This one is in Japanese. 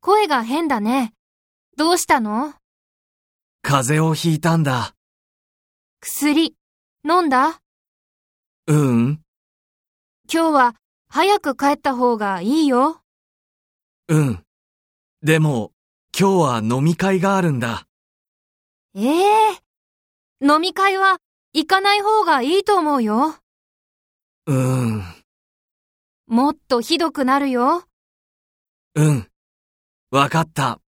声が変だね。どうしたの風邪をひいたんだ。薬、飲んだううん、今日は早く帰った方がいいよ。うん。でも、今日は飲み会があるんだ。ええ飲み会は行かない方がいいと思うよ。うーん、もっとひどくなるよ。うん。わかった。